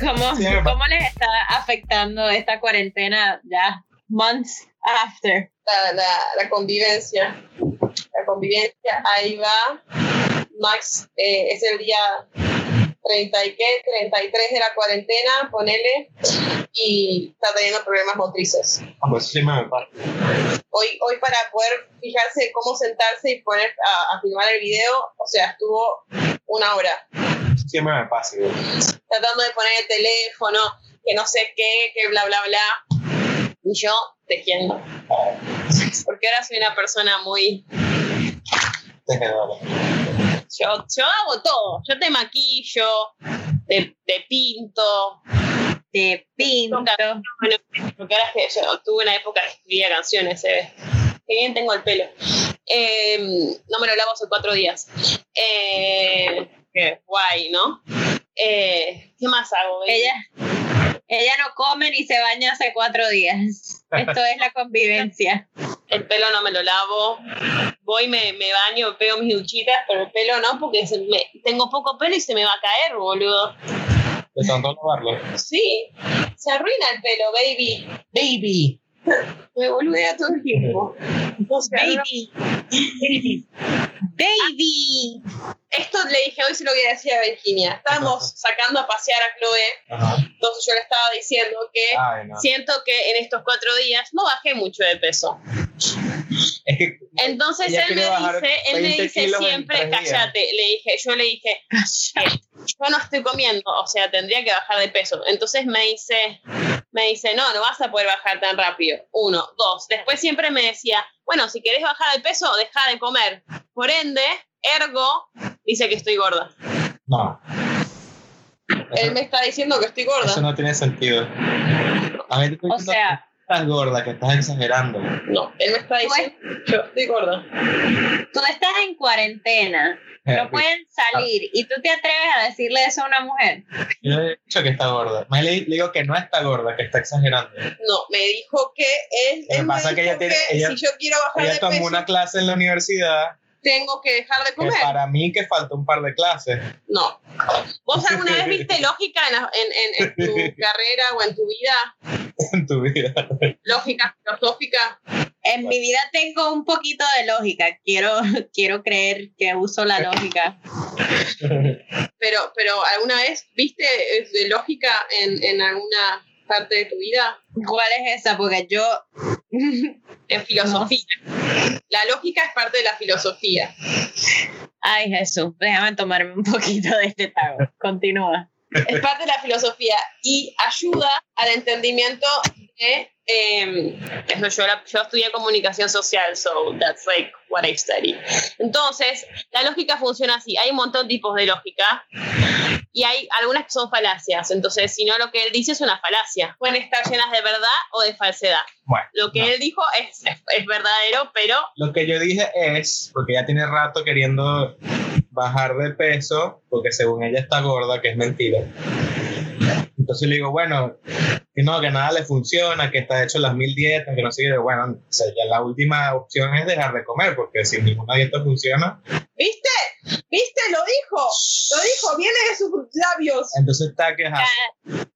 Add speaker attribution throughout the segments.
Speaker 1: ¿Cómo, ¿Cómo les está afectando esta cuarentena ya months after?
Speaker 2: La, la, la convivencia. La convivencia, ahí va. Max eh, es el día 30 y qué, 33 de la cuarentena, ponele, y está teniendo problemas motrices.
Speaker 3: Ah, pues sí me parte.
Speaker 2: Hoy, hoy para poder fijarse cómo sentarse y poner a, a filmar el video, o sea, estuvo una hora
Speaker 3: Siempre me pasa. güey.
Speaker 2: tratando de poner el teléfono, que no sé qué, que bla, bla, bla. Y yo tejiendo. Porque ahora soy una persona muy...
Speaker 3: Tenedora.
Speaker 2: Yo, yo hago todo. Yo te maquillo, te, te pinto.
Speaker 1: Te pinto.
Speaker 2: Bueno, porque ahora es que yo tuve una época que escribía canciones, se ve. Qué bien tengo el pelo. Eh, no me lo lavo hace cuatro días. Eh, qué guay, ¿no? Eh, ¿Qué más hago? baby?
Speaker 1: Ella, ella no come ni se baña hace cuatro días. Esto es la convivencia.
Speaker 2: El pelo no me lo lavo. Voy, me, me baño, pego mis duchitas, pero el pelo no, porque se me- tengo poco pelo y se me va a caer, boludo.
Speaker 3: De tanto lavarlo.
Speaker 2: Sí, se arruina el pelo, baby. Baby. Me boludea todo el tiempo. No sé,
Speaker 1: Baby. Baby.
Speaker 2: Esto le dije hoy, se lo que decía Virginia. Estábamos sacando a pasear a Chloe,
Speaker 3: Ajá.
Speaker 2: entonces yo le estaba diciendo que
Speaker 3: Ay, no.
Speaker 2: siento que en estos cuatro días no bajé mucho de peso.
Speaker 3: Es que
Speaker 2: Entonces
Speaker 3: Ella
Speaker 2: él me
Speaker 3: quiere bajar
Speaker 2: dice, él me
Speaker 3: 20
Speaker 2: dice
Speaker 3: kilos en
Speaker 2: siempre,
Speaker 3: tres días.
Speaker 2: cállate, le dije, yo le dije, "Eh, yo no estoy comiendo, o sea, tendría que bajar de peso. Entonces me dice, me dice, no, no vas a poder bajar tan rápido. Uno, dos. Después siempre me decía, bueno, si querés bajar de peso, deja de comer. Por ende, ergo, dice que estoy gorda.
Speaker 3: no. Eso,
Speaker 2: Él me está diciendo que estoy
Speaker 3: eso
Speaker 2: gorda.
Speaker 3: no tiene sentido. A ver, tú
Speaker 1: O
Speaker 3: diciendo
Speaker 1: sea,
Speaker 3: que estás gorda, que estás exagerando.
Speaker 2: No, él me está diciendo que estoy gorda.
Speaker 1: tú estás en cuarentena,
Speaker 3: Eh,
Speaker 1: no pueden salir y tú te atreves a decirle eso a una mujer.
Speaker 3: Yo le he dicho que está gorda. Más le, le digo que no está gorda, que está exagerando.
Speaker 2: No, me dijo que él,
Speaker 3: Lo que
Speaker 2: él me
Speaker 3: pasa es que
Speaker 2: dijo
Speaker 3: ella tiene-
Speaker 2: que
Speaker 3: ella-
Speaker 2: si yo quiero bajar
Speaker 3: Ella
Speaker 2: de
Speaker 3: tomó
Speaker 2: peso,
Speaker 3: una clase en la universidad,
Speaker 2: tengo que dejar de
Speaker 3: que
Speaker 2: comer.
Speaker 3: para mí que falta un par de clases.
Speaker 2: No. ¿Vos alguna vez viste lógica en, la- en- en- en tu carrera o en tu vida?
Speaker 3: en tu vida.
Speaker 2: Lógica, filosófica.
Speaker 1: En mi vida tengo un poquito de lógica, quiero, quiero creer que uso la lógica.
Speaker 2: Pero, pero ¿alguna vez viste eh, de lógica en, en alguna parte de tu vida?
Speaker 1: ¿Cuál es esa? Porque yo...
Speaker 2: En filosofía. La lógica es parte de la filosofía.
Speaker 1: Ay Jesús, déjame tomarme un poquito de este trago. Continúa.
Speaker 2: Es parte de la filosofía y ayuda al entendimiento de... eh, eso, yo, la- yo estudié comunicación social, so that's like what I study. Entonces, la lógica funciona así. Hay un montón de tipos de lógica y hay algunas que son falacias. Entonces, si no, lo que él dice es una falacia. Pueden estar llenas de verdad o de falsedad.
Speaker 3: Bueno,
Speaker 2: Lo que
Speaker 3: no.
Speaker 2: él dijo es, es, es verdadero, pero
Speaker 3: Lo que yo dije es, porque ella tiene rato queriendo bajar de peso, porque según ella está gorda, que es mentira. Entonces le digo, bueno, que no, que nada le funciona, que está hecho las mil dietas, que no sigue. Bueno, o sea, ya la última opción es dejar de comer, porque si ninguna dieta funciona,
Speaker 2: ¿viste? ¿Viste? Lo dijo. Lo dijo. Viene de sus labios.
Speaker 3: entonces está quejada.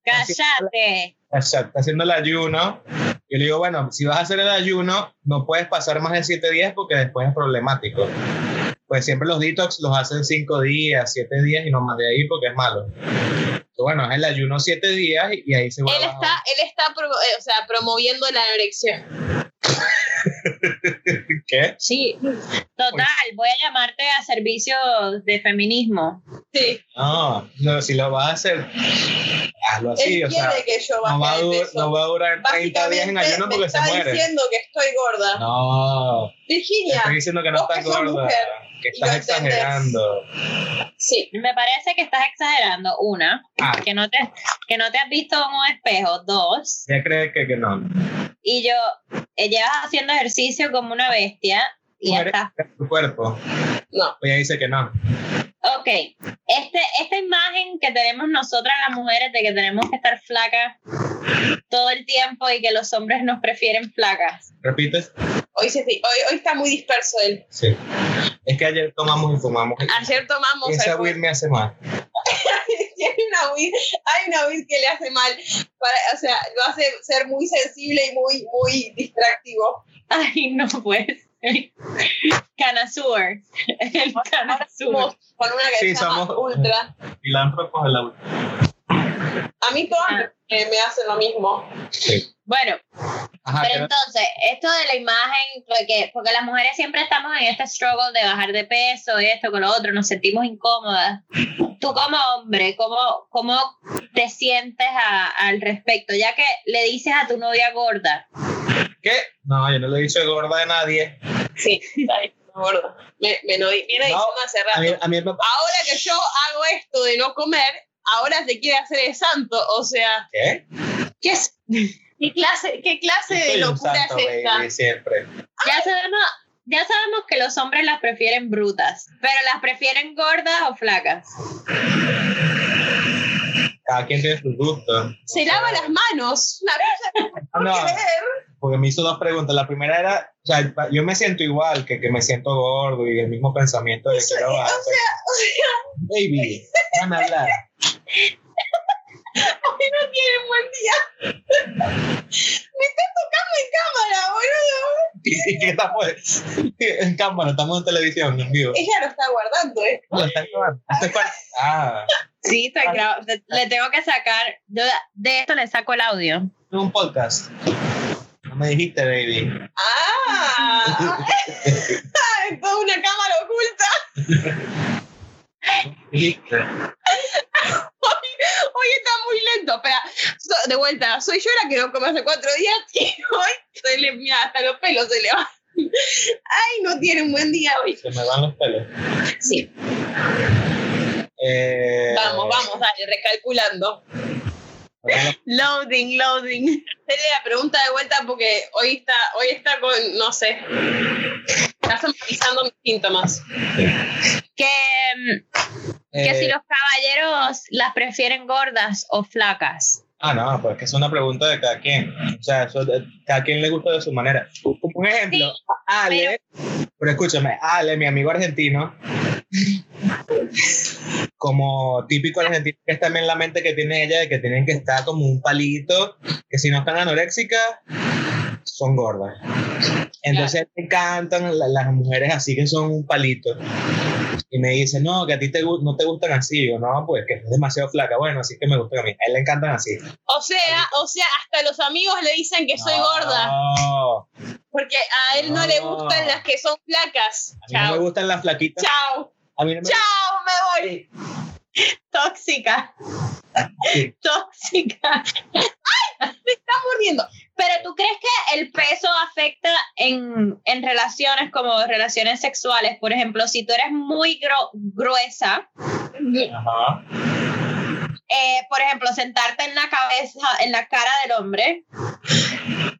Speaker 1: Ca- Cállate.
Speaker 3: Exacto, haciendo el ayuno. Yo le digo, bueno, si vas a hacer el ayuno, no puedes pasar más de 7 días porque después es problemático. Pues siempre los detox los hacen 5 días, 7 días y no más de ahí porque es malo. Entonces, bueno, es el ayuno 7 días y y ahí se
Speaker 2: Él
Speaker 3: vuelve.
Speaker 2: está, él está pro- eh, o sea, promoviendo la anorexia.
Speaker 3: ¿Qué?
Speaker 2: Sí.
Speaker 1: Total, voy a llamarte a servicios de feminismo.
Speaker 2: Sí.
Speaker 3: No, no, si lo vas a hacer, hazlo así,
Speaker 2: él
Speaker 3: o sea,
Speaker 2: quiere que yo baje
Speaker 3: no va, a
Speaker 2: de
Speaker 3: dur-
Speaker 2: peso.
Speaker 3: no va a durar 30 días en
Speaker 2: Básicamente,
Speaker 3: ayuno
Speaker 2: me
Speaker 3: porque se
Speaker 2: está
Speaker 3: muere.
Speaker 2: diciendo que estoy gorda.
Speaker 3: No, te
Speaker 2: Virginia,
Speaker 3: estoy diciendo que no
Speaker 2: vos que
Speaker 3: estás
Speaker 2: sos
Speaker 3: gorda,
Speaker 2: mujer
Speaker 3: que
Speaker 2: y lo
Speaker 3: estás
Speaker 2: entendés.
Speaker 3: exagerando.
Speaker 2: sí.
Speaker 1: Me parece que estás exagerando. Una,
Speaker 3: Ah.
Speaker 1: que no te, que no te has visto en un espejo. Dos,
Speaker 3: Ya crees que, que no.
Speaker 1: y yo, eh, llevas haciendo ejercicio como una bestia y ya
Speaker 3: Mujeres.
Speaker 1: está.
Speaker 3: tu cuerpo. Pues
Speaker 2: No.
Speaker 3: Ella dice que no.
Speaker 1: Ok, este, esta imagen que tenemos nosotras las mujeres de que tenemos que estar flacas todo el tiempo y que los hombres nos prefieren flacas.
Speaker 3: ¿Repites?
Speaker 2: Hoy, se- hoy, hoy está muy disperso él.
Speaker 3: Sí. Es que ayer tomamos y fumamos.
Speaker 2: Ah, Ayer tomamos
Speaker 3: Y esa
Speaker 2: alcohol.
Speaker 3: weed me hace mal.
Speaker 2: Y hay una weed, hay una weed que le hace mal, para, o sea, lo hace ser muy sensible y muy, muy distractivo.
Speaker 1: Ay, no, pues. Canasur. El Canasur.
Speaker 2: Somos con una que
Speaker 3: Sí,
Speaker 2: se llama
Speaker 3: somos-
Speaker 2: ultra.
Speaker 3: Filántropos de la
Speaker 2: A mí todas
Speaker 1: Ah.
Speaker 2: eh, me hacen lo mismo.
Speaker 1: Bueno,
Speaker 3: Ajá,
Speaker 1: Pero
Speaker 3: que-
Speaker 1: entonces, esto de la imagen, porque, porque las mujeres siempre estamos en este struggle de bajar de peso, esto con lo otro, nos sentimos incómodas. Tú como hombre, ¿cómo, cómo te sientes a- al respecto? Ya que le dices a tu novia gorda,
Speaker 3: ¿Qué? No, yo no le he dicho gorda de nadie.
Speaker 2: Sí, está bien, me acuerdo. Me, me lo di- viene
Speaker 3: No,
Speaker 2: diciendo hace
Speaker 3: A mí,
Speaker 2: rato.
Speaker 3: a mí el papá.
Speaker 2: Ahora que yo hago esto de no comer, ahora se quiere hacer el santo. O sea,
Speaker 3: ¿Qué?
Speaker 2: ¿qué, es- qué clase, qué clase
Speaker 3: Yo
Speaker 2: de
Speaker 3: soy un
Speaker 2: locura
Speaker 3: santo,
Speaker 2: es esta?
Speaker 3: baby, siempre.
Speaker 1: ya sabemos, ya sabemos que los hombres las prefieren brutas, pero las prefieren gordas o flacas.
Speaker 3: Cada quien tiene sus gustos.
Speaker 2: Se lava las manos. Una cosa
Speaker 3: Ah,
Speaker 2: que
Speaker 3: No,
Speaker 2: ver.
Speaker 3: porque me hizo dos preguntas. La primera era, o sea, yo me siento igual que que me siento gordo y el mismo pensamiento de que
Speaker 2: eh,
Speaker 3: quiero
Speaker 2: o
Speaker 3: bajar.
Speaker 2: sea,
Speaker 3: Baby, déjame hablar.
Speaker 2: Hoy no tiene un buen día. Me está tocando en cámara, boludo.
Speaker 3: ¿Y qué estamos en cámara? Estamos en televisión, en vivo.
Speaker 2: Ella lo está guardando, ¿eh?
Speaker 3: No, está grabando. Esto es para- Ah,
Speaker 1: Sí, estoy gra- le- le tengo que sacar, de, de esto le saco el audio.
Speaker 3: es un podcast. No me dijiste, baby.
Speaker 2: ¡Ah! es toda una cámara oculta.
Speaker 3: Dijiste.
Speaker 2: Hoy, hoy está muy lento. Espera, so- de vuelta, soy yo la que no come hace cuatro días y hoy se le, mira, hasta los pelos se le van. Ay, no tiene un buen día hoy.
Speaker 3: Se me van los pelos.
Speaker 2: Sí,
Speaker 3: Eh,
Speaker 2: vamos, vamos, dale, recalculando. Loading, loading. Dele la pregunta de vuelta porque hoy está, hoy está con, no sé. Está somatizando mis síntomas.
Speaker 1: Que... mm, Que
Speaker 3: Eh,
Speaker 1: si los caballeros las prefieren gordas o flacas.
Speaker 3: Ah, no, pues que es una pregunta de cada quien. O sea, eso de- cada quien le gusta de su manera. Como un ejemplo, a Ale, pero... escúchame, Ale, mi amigo argentino, como típico argentino, que es también la mente que tiene ella de que tienen que estar como un palito, que si no están anoréxicas, son gordas. Entonces me encantan la- las mujeres así que son un palito. Y me dice, no, que a ti te, gu- no te gustan así. Y yo, no, pues que es demasiado flaca. Bueno, así que me gustan a mí. A él le encantan así.
Speaker 2: O sea, o sea, hasta los amigos le dicen que soy
Speaker 3: No,
Speaker 2: gorda
Speaker 3: A
Speaker 2: porque a él no, le
Speaker 3: No.
Speaker 2: gustan las que son flacas.
Speaker 3: Ah. mí no me
Speaker 2: Chao.
Speaker 3: gustan las flaquitas.
Speaker 2: Chao.
Speaker 3: A mí no me
Speaker 1: ¡Ah,
Speaker 2: Chao, me voy.
Speaker 1: Tóxica. Tóxica.
Speaker 2: Está muriendo.
Speaker 1: Pero tú crees que el peso afecta en, en relaciones como relaciones sexuales. Por ejemplo, si tú eres muy gro- gruesa,
Speaker 3: Ajá.
Speaker 1: eh, por ejemplo, sentarte en la cabeza, en la cara del hombre,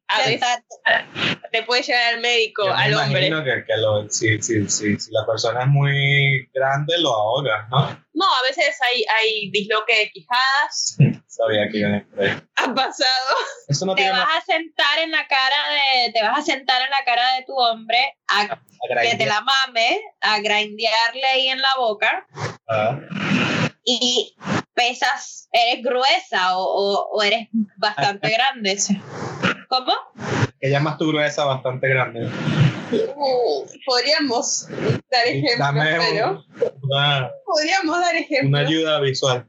Speaker 1: Ah,
Speaker 2: A veces
Speaker 1: sentarte-
Speaker 2: te puede llegar al médico,
Speaker 3: Yo me
Speaker 2: al hombre.
Speaker 3: imagino que, que lo- si, si- si- si la persona es muy grande, lo ahoga, ¿no?
Speaker 2: No, a veces hay, hay disloque de quijadas.
Speaker 3: Sabía que iban a creer.
Speaker 2: Ha pasado.
Speaker 3: Eso no
Speaker 1: te
Speaker 3: tiene nada
Speaker 1: vas a sentar en la cara de, te vas a sentar en la cara de tu hombre a
Speaker 3: que ver.
Speaker 1: que te la mame, a grindearle ahí en la boca.
Speaker 3: Ah,
Speaker 1: y pesas, eres gruesa o, o- o eres bastante grande. ¿Cómo?
Speaker 3: Que llamas tu gruesa bastante grande.
Speaker 2: Uh, podríamos dar ejemplos,
Speaker 3: Dame un-
Speaker 2: pero
Speaker 3: una,
Speaker 2: podríamos dar
Speaker 3: una
Speaker 2: ejemplos.
Speaker 3: ayuda visual.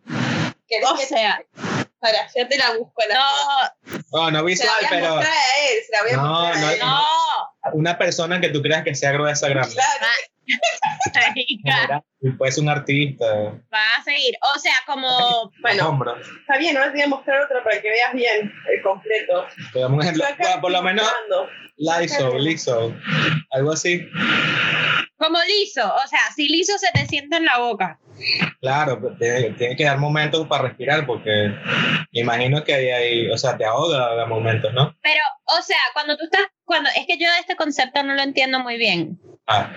Speaker 2: ¿Querés
Speaker 1: O
Speaker 2: que-
Speaker 1: sea,
Speaker 2: Para, ya te la busco. La,
Speaker 1: no,
Speaker 3: No,
Speaker 2: se
Speaker 3: no
Speaker 2: la
Speaker 3: visual,
Speaker 2: voy a
Speaker 3: pero
Speaker 2: mostrar a él, se la voy a
Speaker 3: No,
Speaker 2: mostrar
Speaker 3: no,
Speaker 2: a él.
Speaker 1: no,
Speaker 3: una persona que tú creas que sea gruesa grande.
Speaker 2: Claro.
Speaker 1: marica,
Speaker 3: General, y Puede ser un artista.
Speaker 1: vas a seguir. O sea, como,
Speaker 2: Bueno.
Speaker 3: Hombro.
Speaker 2: Está bien, ahora te voy a mostrar otra para que veas bien el completo.
Speaker 3: Te damos un ejemplo.
Speaker 2: Yo acá
Speaker 3: Bueno, por lo
Speaker 2: estoy
Speaker 3: menos
Speaker 2: buscando.
Speaker 3: Lysol, Lysol, algo así.
Speaker 1: como liso. O sea, si liso se te sienta en la boca.
Speaker 3: Claro, pero tiene, tiene que dar momentos para respirar porque me imagino que ahí, ahí- o sea, te ahoga a momentos, ¿no?
Speaker 1: Pero, o sea, cuando tú estás, cuando, es que yo este concepto no lo entiendo muy bien.
Speaker 3: Ah,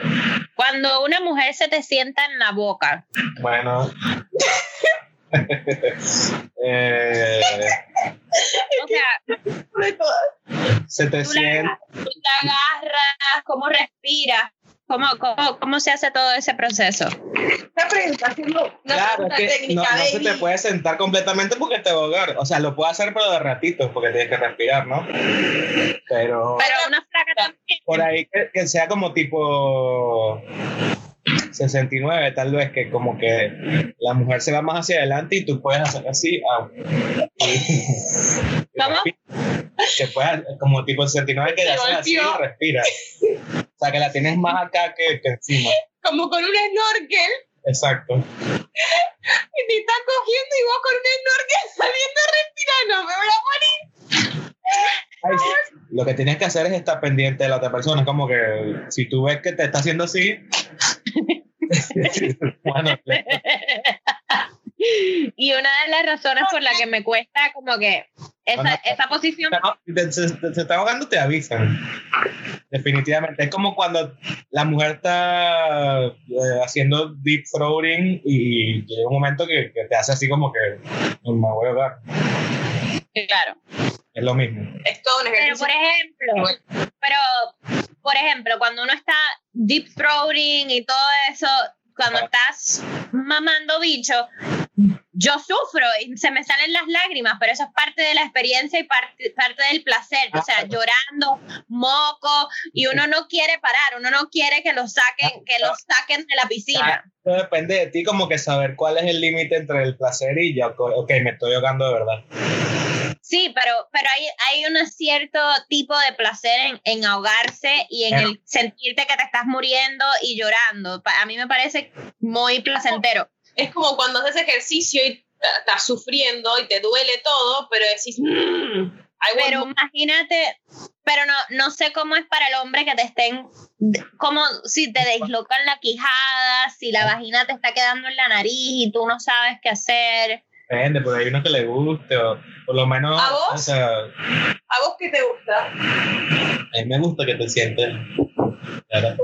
Speaker 1: Cuando una mujer se te sienta en la boca,
Speaker 3: bueno. Eh,
Speaker 1: o sea,
Speaker 2: De todo.
Speaker 3: se te
Speaker 1: Tú la-
Speaker 3: siente,
Speaker 1: tú la agarras, cómo respiras, ¿Cómo, cómo, cómo se hace todo ese proceso?
Speaker 4: Una presentación, una
Speaker 3: Claro,
Speaker 4: pregunta
Speaker 3: es que no,
Speaker 4: técnica,
Speaker 3: no se te
Speaker 4: baby.
Speaker 3: puede sentar completamente porque te va a ahogar. O sea, lo puedo hacer, pero de ratitos, porque tienes que respirar, ¿no? Pero
Speaker 1: Pero una flaca también.
Speaker 3: por ahí que, que sea como tipo 69, tal vez, que como que la mujer se va más hacia adelante y tú puedes hacer así. ah. Y
Speaker 1: ¿Cómo?
Speaker 3: respira. Que puedas, como tipo 69, que
Speaker 2: Se
Speaker 3: le haces así y
Speaker 2: golpeó.
Speaker 3: respira. O sea, que la tienes más acá que, que encima.
Speaker 2: Como con un snorkel,
Speaker 3: Exacto.
Speaker 2: y te están cogiendo y vos con un snorkel saliendo respirando. Me voy a morir.
Speaker 3: Ay, sí. Lo que tienes que hacer es estar pendiente de la otra persona. Como que si tú ves que te está haciendo así. bueno, le-
Speaker 1: Y una de las razones por la que me cuesta como que esa,
Speaker 3: Bueno,
Speaker 1: esa posición
Speaker 3: te- se, se- se está ahogando, te avisan. Definitivamente. Es como cuando la mujer está eh, haciendo deep throating y llega un momento que, que te hace así como que "No me voy a ahogar.
Speaker 1: Claro.
Speaker 3: Es lo mismo.
Speaker 2: Es todo un
Speaker 1: Pero
Speaker 2: ejercicio.
Speaker 1: por ejemplo, pero por ejemplo, cuando uno está deep throating y todo eso, cuando
Speaker 3: Ajá.
Speaker 1: estás mamando bicho, yo sufro y se me salen las lágrimas, pero eso es parte de la experiencia y parte, parte del placer. O sea,
Speaker 3: Claro.
Speaker 1: llorando, moco, y uno no quiere parar, uno no quiere que lo saquen, que lo saquen de la piscina.
Speaker 3: Todo depende de ti, como que saber cuál es el límite entre el placer y ya, ok, ok, me estoy ahogando de verdad.
Speaker 1: Sí, pero, pero hay, hay un cierto tipo de placer en, en ahogarse y en
Speaker 3: Claro.
Speaker 1: el sentirte que te estás muriendo y llorando. Pa- A mí me parece muy placentero.
Speaker 2: Es como cuando haces ejercicio y ta- estás sufriendo y te duele todo, pero decís, "Mm, I want
Speaker 1: Pero
Speaker 2: more".
Speaker 1: imagínate, pero no, no sé cómo es para el hombre que te estén, de- como si te dislocan la quijada, si la vagina te está quedando en la nariz y tú no sabes qué hacer.
Speaker 3: Depende, por ahí uno que le guste, o por lo menos.
Speaker 2: ¿A vos?
Speaker 3: O sea, a
Speaker 2: ¿A vos qué te gusta?
Speaker 3: mí me gusta que te sientes. Claro.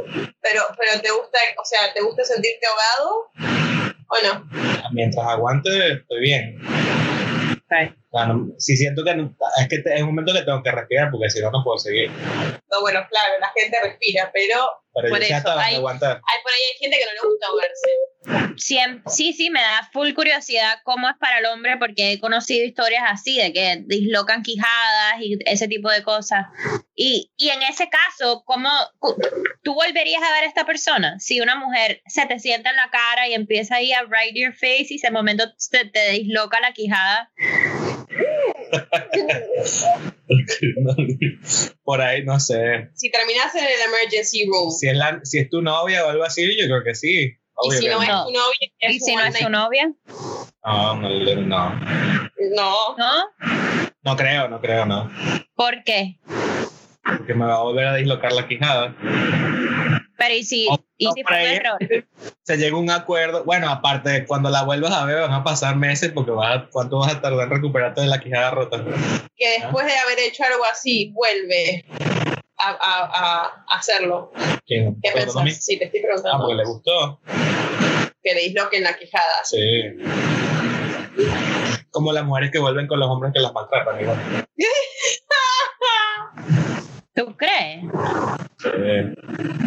Speaker 2: Pero, pero te gusta, o sea, ¿te gusta sentirte ahogado o no?
Speaker 3: Mientras aguante, estoy bien. O sea, no- si siento que. no- Es que te- es un momento que tengo que respirar, porque si no, no puedo seguir.
Speaker 2: No, bueno, claro, la gente respira, pero
Speaker 3: Pero
Speaker 2: Por
Speaker 3: yo sé
Speaker 2: eso,
Speaker 3: hasta dónde
Speaker 2: hay-
Speaker 3: aguantar.
Speaker 2: hay por ahí hay gente que no le gusta ahogarse.
Speaker 1: Siem- sí, sí, me da full curiosidad cómo es para el hombre porque he conocido historias así de que dislocan quijadas y ese tipo de cosas. Y, y en ese caso, ¿cómo cu- tú volverías a ver a esta persona? Si una mujer se te sienta en la cara y empieza ahí a ride your face y ese momento se te disloca la quijada.
Speaker 3: por ahí, no sé.
Speaker 2: Si terminás en el emergency room
Speaker 3: Si es, la, si es tu novia o algo así, yo creo que sí.
Speaker 2: y
Speaker 3: Obvio
Speaker 2: si
Speaker 3: que
Speaker 2: no es
Speaker 1: no.
Speaker 2: tu novia,
Speaker 1: Y
Speaker 2: es
Speaker 1: si no
Speaker 2: one
Speaker 1: es tu
Speaker 2: night-
Speaker 1: novia,
Speaker 3: no, no, no.
Speaker 2: No,
Speaker 1: ¿no?
Speaker 3: No creo, no creo, no.
Speaker 1: ¿Por qué?
Speaker 3: Porque me va a volver a dislocar la quijada.
Speaker 1: Pero ¿y si,
Speaker 3: O-
Speaker 1: y
Speaker 3: o
Speaker 1: si
Speaker 3: por
Speaker 1: fue un
Speaker 3: ahí.
Speaker 1: error?
Speaker 3: se llega a un acuerdo. Bueno, aparte, de cuando la vuelvas a ver, van a pasar meses porque vas a- cuánto vas a tardar en recuperarte de la quijada rota.
Speaker 2: que después de haber hecho algo así, vuelve a, a- a hacerlo.
Speaker 3: ¿Quién?
Speaker 2: ¿Qué
Speaker 3: ¿Fue
Speaker 2: pensás?
Speaker 3: Tommy?
Speaker 2: Sí, te estoy
Speaker 3: Ah,
Speaker 2: preguntando.
Speaker 3: porque le gustó.
Speaker 2: que le disloquen la quijada.
Speaker 3: Sí. Como las mujeres que vuelven con los hombres que las maltratan. Igual.
Speaker 1: ¿Tú crees?
Speaker 3: Sí.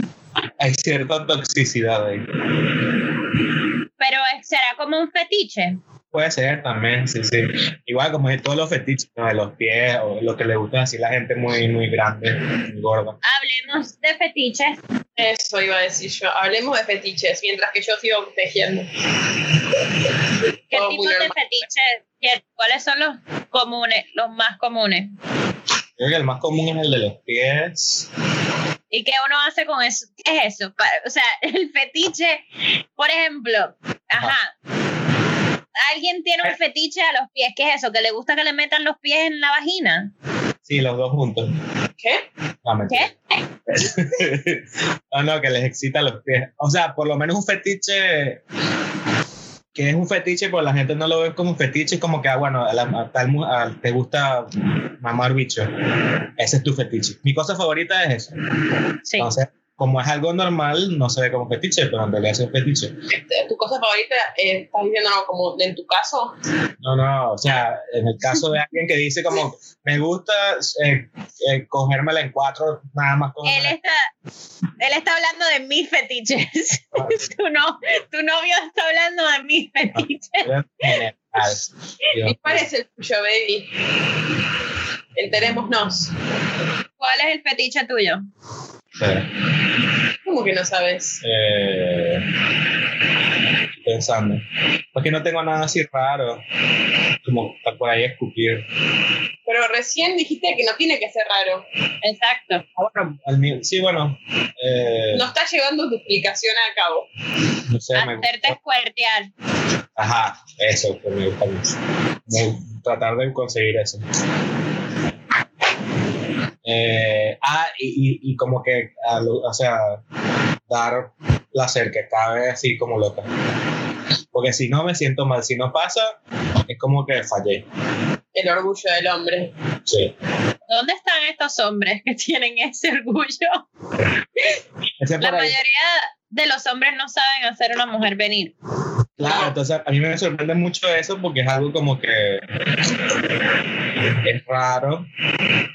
Speaker 3: Hay cierta toxicidad ahí.
Speaker 1: Pero eh, será como un fetiche.
Speaker 3: Puede ser también, sí, sí. Igual como es todos los fetiches, ¿no? de los pies o lo que le gusta así la gente muy, muy grande, muy gorda.
Speaker 1: Hablemos de fetiches.
Speaker 2: Eso iba a decir yo. Hablemos de fetiches, mientras que yo sigo tejiendo.
Speaker 1: ¿Qué
Speaker 2: Todo
Speaker 1: tipos
Speaker 2: muy
Speaker 1: de
Speaker 2: normal.
Speaker 1: fetiches? qué- ¿Cuáles son los comunes, los más comunes?
Speaker 3: Yo creo que el más común es el de los pies.
Speaker 1: ¿Y qué uno hace con eso? ¿Qué es eso? Pa- O sea, el fetiche, por ejemplo, ajá. Alguien tiene
Speaker 2: Eh.
Speaker 1: un fetiche a los pies, ¿qué es eso? ¿Que le gusta que le metan los pies en la vagina?
Speaker 3: Sí, los dos juntos.
Speaker 2: ¿Qué?
Speaker 3: No, mentira. no, no, que les excita los pies. O sea, por lo menos un fetiche que es un fetiche, pero la gente no lo ve como un fetiche, es como que, ah, bueno, a la- a tal mu- a- te gusta mamar bicho. Ese es tu fetiche. Mi cosa favorita es eso.
Speaker 1: Sí.
Speaker 3: Entonces, como es algo normal, no se ve como fetiche, pero en realidad es un fetiche.
Speaker 2: Este, ¿Tu cosa favorita? eh, estás diciendo no, como en tu caso.
Speaker 3: No, no, o sea, en el caso de alguien que dice como, me gusta eh, eh, cogérmela en cuatro, nada más con...
Speaker 1: Él está, él está hablando de mis fetiches.
Speaker 2: Ah,
Speaker 1: tu, no, tu novio está hablando de mis fetiches.
Speaker 3: General. Dios.
Speaker 2: ¿Y cuál es el tuyo, baby? Enterémonos.
Speaker 1: ¿Cuál es el fetiche tuyo?
Speaker 3: Sí.
Speaker 2: ¿Cómo que no sabes?
Speaker 3: Eh, estoy pensando. Porque no tengo nada así raro. Como está por ahí escupir.
Speaker 2: Pero recién dijiste que no tiene que ser raro.
Speaker 1: Exacto.
Speaker 3: Ah, bueno, al mío- sí, bueno. eh,
Speaker 2: No está llevando tu explicación a cabo.
Speaker 3: no sé, me
Speaker 1: Hacerte
Speaker 3: gusta.
Speaker 1: escuertear.
Speaker 3: Ajá, eso que me gusta mucho. Me- tratar de conseguir eso. Eh, ah, y, y- y como que, a lo- o sea, dar placer que acabe así como loca. Porque si no me siento mal, si no pasa, es como que fallé.
Speaker 2: El orgullo del hombre.
Speaker 3: Sí.
Speaker 1: ¿Dónde están estos hombres que tienen ese orgullo?
Speaker 3: Ese
Speaker 1: La
Speaker 3: por ahí.
Speaker 1: mayoría de los hombres no saben hacer una mujer venir.
Speaker 3: Claro, entonces a mí me sorprende mucho eso porque es algo como que es raro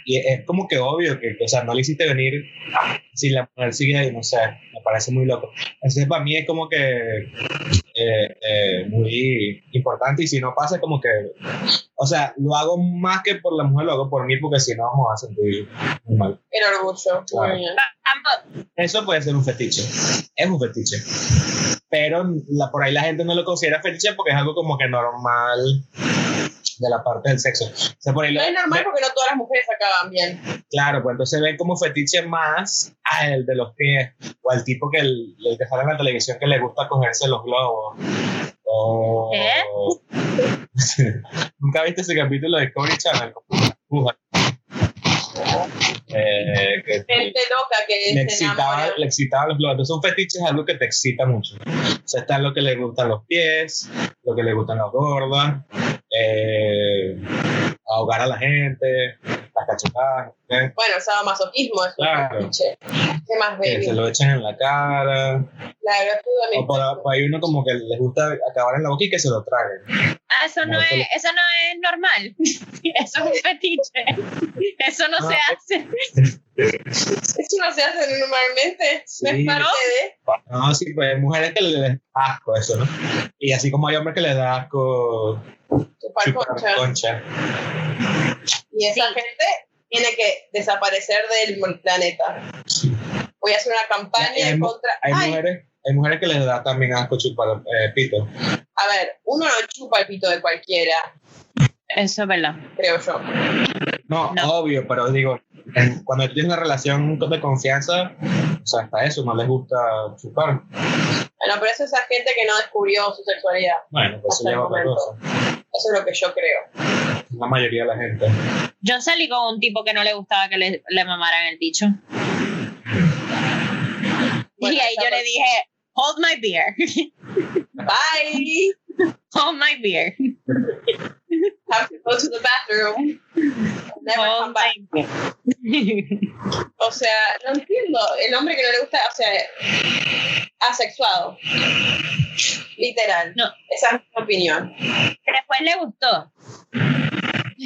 Speaker 3: y es como que obvio que, o sea, no le hiciste venir si la mujer sigue ahí, no sé, me parece muy loco. Entonces para mí es como que eh, eh, muy importante y si no pasa es como que, o sea, lo hago más que por la mujer, lo hago por mí porque si no vamos a sentir muy mal.
Speaker 2: El orgullo.
Speaker 3: Claro. Ah,
Speaker 2: Muy bien.
Speaker 1: Ambos-
Speaker 3: Eso puede ser un fetiche. Es un fetiche. Pero la, por ahí la gente no lo considera fetiche porque es algo como que normal de la parte del sexo. O sea, por ahí lo-
Speaker 2: No es normal porque no todas las mujeres acaban bien.
Speaker 3: claro, pues entonces ven como fetiche más a el de los pies o al tipo que, el, el que sale en la televisión que le gusta cogerse los globos. O... ¿Nunca viste ese capítulo de Cory Channel? Como una aguja. Eh, que-
Speaker 2: Gente loca
Speaker 3: le
Speaker 2: que se
Speaker 3: excitaba,
Speaker 2: enamora.
Speaker 3: le excitaba los globos. Entonces, un fetiche es algo que te excita mucho. O sea, está lo que le gustan los pies, lo que le gustan las gordas, eh, ahogar a la gente, las cachetadas, ¿eh?
Speaker 2: Bueno, el sadomasoquismo es
Speaker 3: Claro.
Speaker 2: un fetiche. ¿Qué más,
Speaker 3: que
Speaker 2: baby?
Speaker 3: se lo echan en la cara.
Speaker 2: La verdad es
Speaker 3: O por, por ahí uno como que les gusta acabar en la boca y que se lo traguen.
Speaker 1: Ah, eso no,
Speaker 3: No, eso
Speaker 1: es, eso no es normal. Eso es un fetiche. Eso no
Speaker 3: Ah,
Speaker 1: se
Speaker 3: eh.
Speaker 1: hace.
Speaker 2: Eso no se hace normalmente. No
Speaker 3: Sí.
Speaker 2: es parte de.
Speaker 3: No, sí, pues hay mujeres que les da asco eso, ¿no? Y así como hay hombres que les da asco
Speaker 2: Chupar
Speaker 3: chupar
Speaker 2: concha.
Speaker 3: concha.
Speaker 2: Y esa
Speaker 1: Sí.
Speaker 2: gente tiene que desaparecer del planeta. Voy a hacer una
Speaker 3: Y
Speaker 2: campaña
Speaker 3: hay
Speaker 2: en
Speaker 3: mu-
Speaker 2: contra.
Speaker 3: Hay
Speaker 2: Ay,
Speaker 3: mujeres, hay mujeres que les da también asco chupar eh, pito.
Speaker 2: a ver, uno no chupa el pito de cualquiera,
Speaker 1: Eso es verdad.
Speaker 2: creo yo.
Speaker 3: No,
Speaker 1: No.
Speaker 3: obvio, pero digo, en- cuando tienes una relación de confianza, o sea, hasta eso, no les gusta chupar.
Speaker 2: Bueno, pero es esa gente que no descubrió su sexualidad.
Speaker 3: Bueno, pues
Speaker 2: Hasta
Speaker 3: eso
Speaker 2: el
Speaker 3: lleva a otra
Speaker 2: momento.
Speaker 3: cosa.
Speaker 2: Eso es lo que yo creo.
Speaker 3: La mayoría de la gente.
Speaker 1: Yo salí con un tipo que no le gustaba que le, le mamaran el bicho. y
Speaker 2: Bueno,
Speaker 1: ahí yo
Speaker 2: esa
Speaker 1: le
Speaker 2: persona-
Speaker 1: dije, hold my beer,
Speaker 2: Bye.
Speaker 1: hold my beer,
Speaker 2: Have to go to the bathroom. Never come
Speaker 1: hold
Speaker 2: back.
Speaker 1: my beer.
Speaker 2: O sea, no entiendo. El hombre que no le gusta, o sea, asexuado. Literal.
Speaker 1: No.
Speaker 2: Esa es mi opinión.
Speaker 1: Después le gustó.